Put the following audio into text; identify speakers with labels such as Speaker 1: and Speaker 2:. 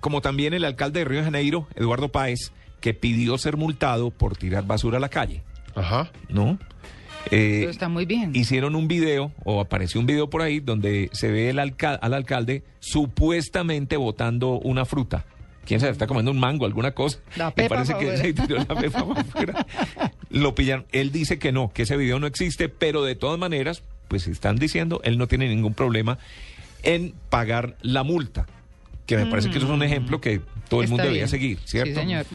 Speaker 1: Como también el alcalde de Río de Janeiro, Eduardo Páez, que pidió ser multado por tirar basura a la calle,
Speaker 2: Ajá.
Speaker 1: ¿no? Eh,
Speaker 3: Pero está muy bien.
Speaker 1: hicieron un video, o apareció un video por ahí, donde se ve el alca- al alcalde supuestamente botando una fruta. ¿Quién sabe? Está comiendo un mango, alguna cosa.
Speaker 3: La
Speaker 1: Y
Speaker 3: pepa
Speaker 1: parece
Speaker 3: pa'
Speaker 1: que
Speaker 3: afuera.
Speaker 1: se tiró la pepa pa' afuera. Lo pillaron. Él dice que no, que ese video no existe, pero de todas maneras, pues están diciendo, él no tiene ningún problema en pagar la multa. Que me parece que eso es un ejemplo que todo el
Speaker 3: Mm. Está
Speaker 1: mundo debería
Speaker 3: bien.
Speaker 1: seguir, ¿cierto?
Speaker 3: Sí, señor.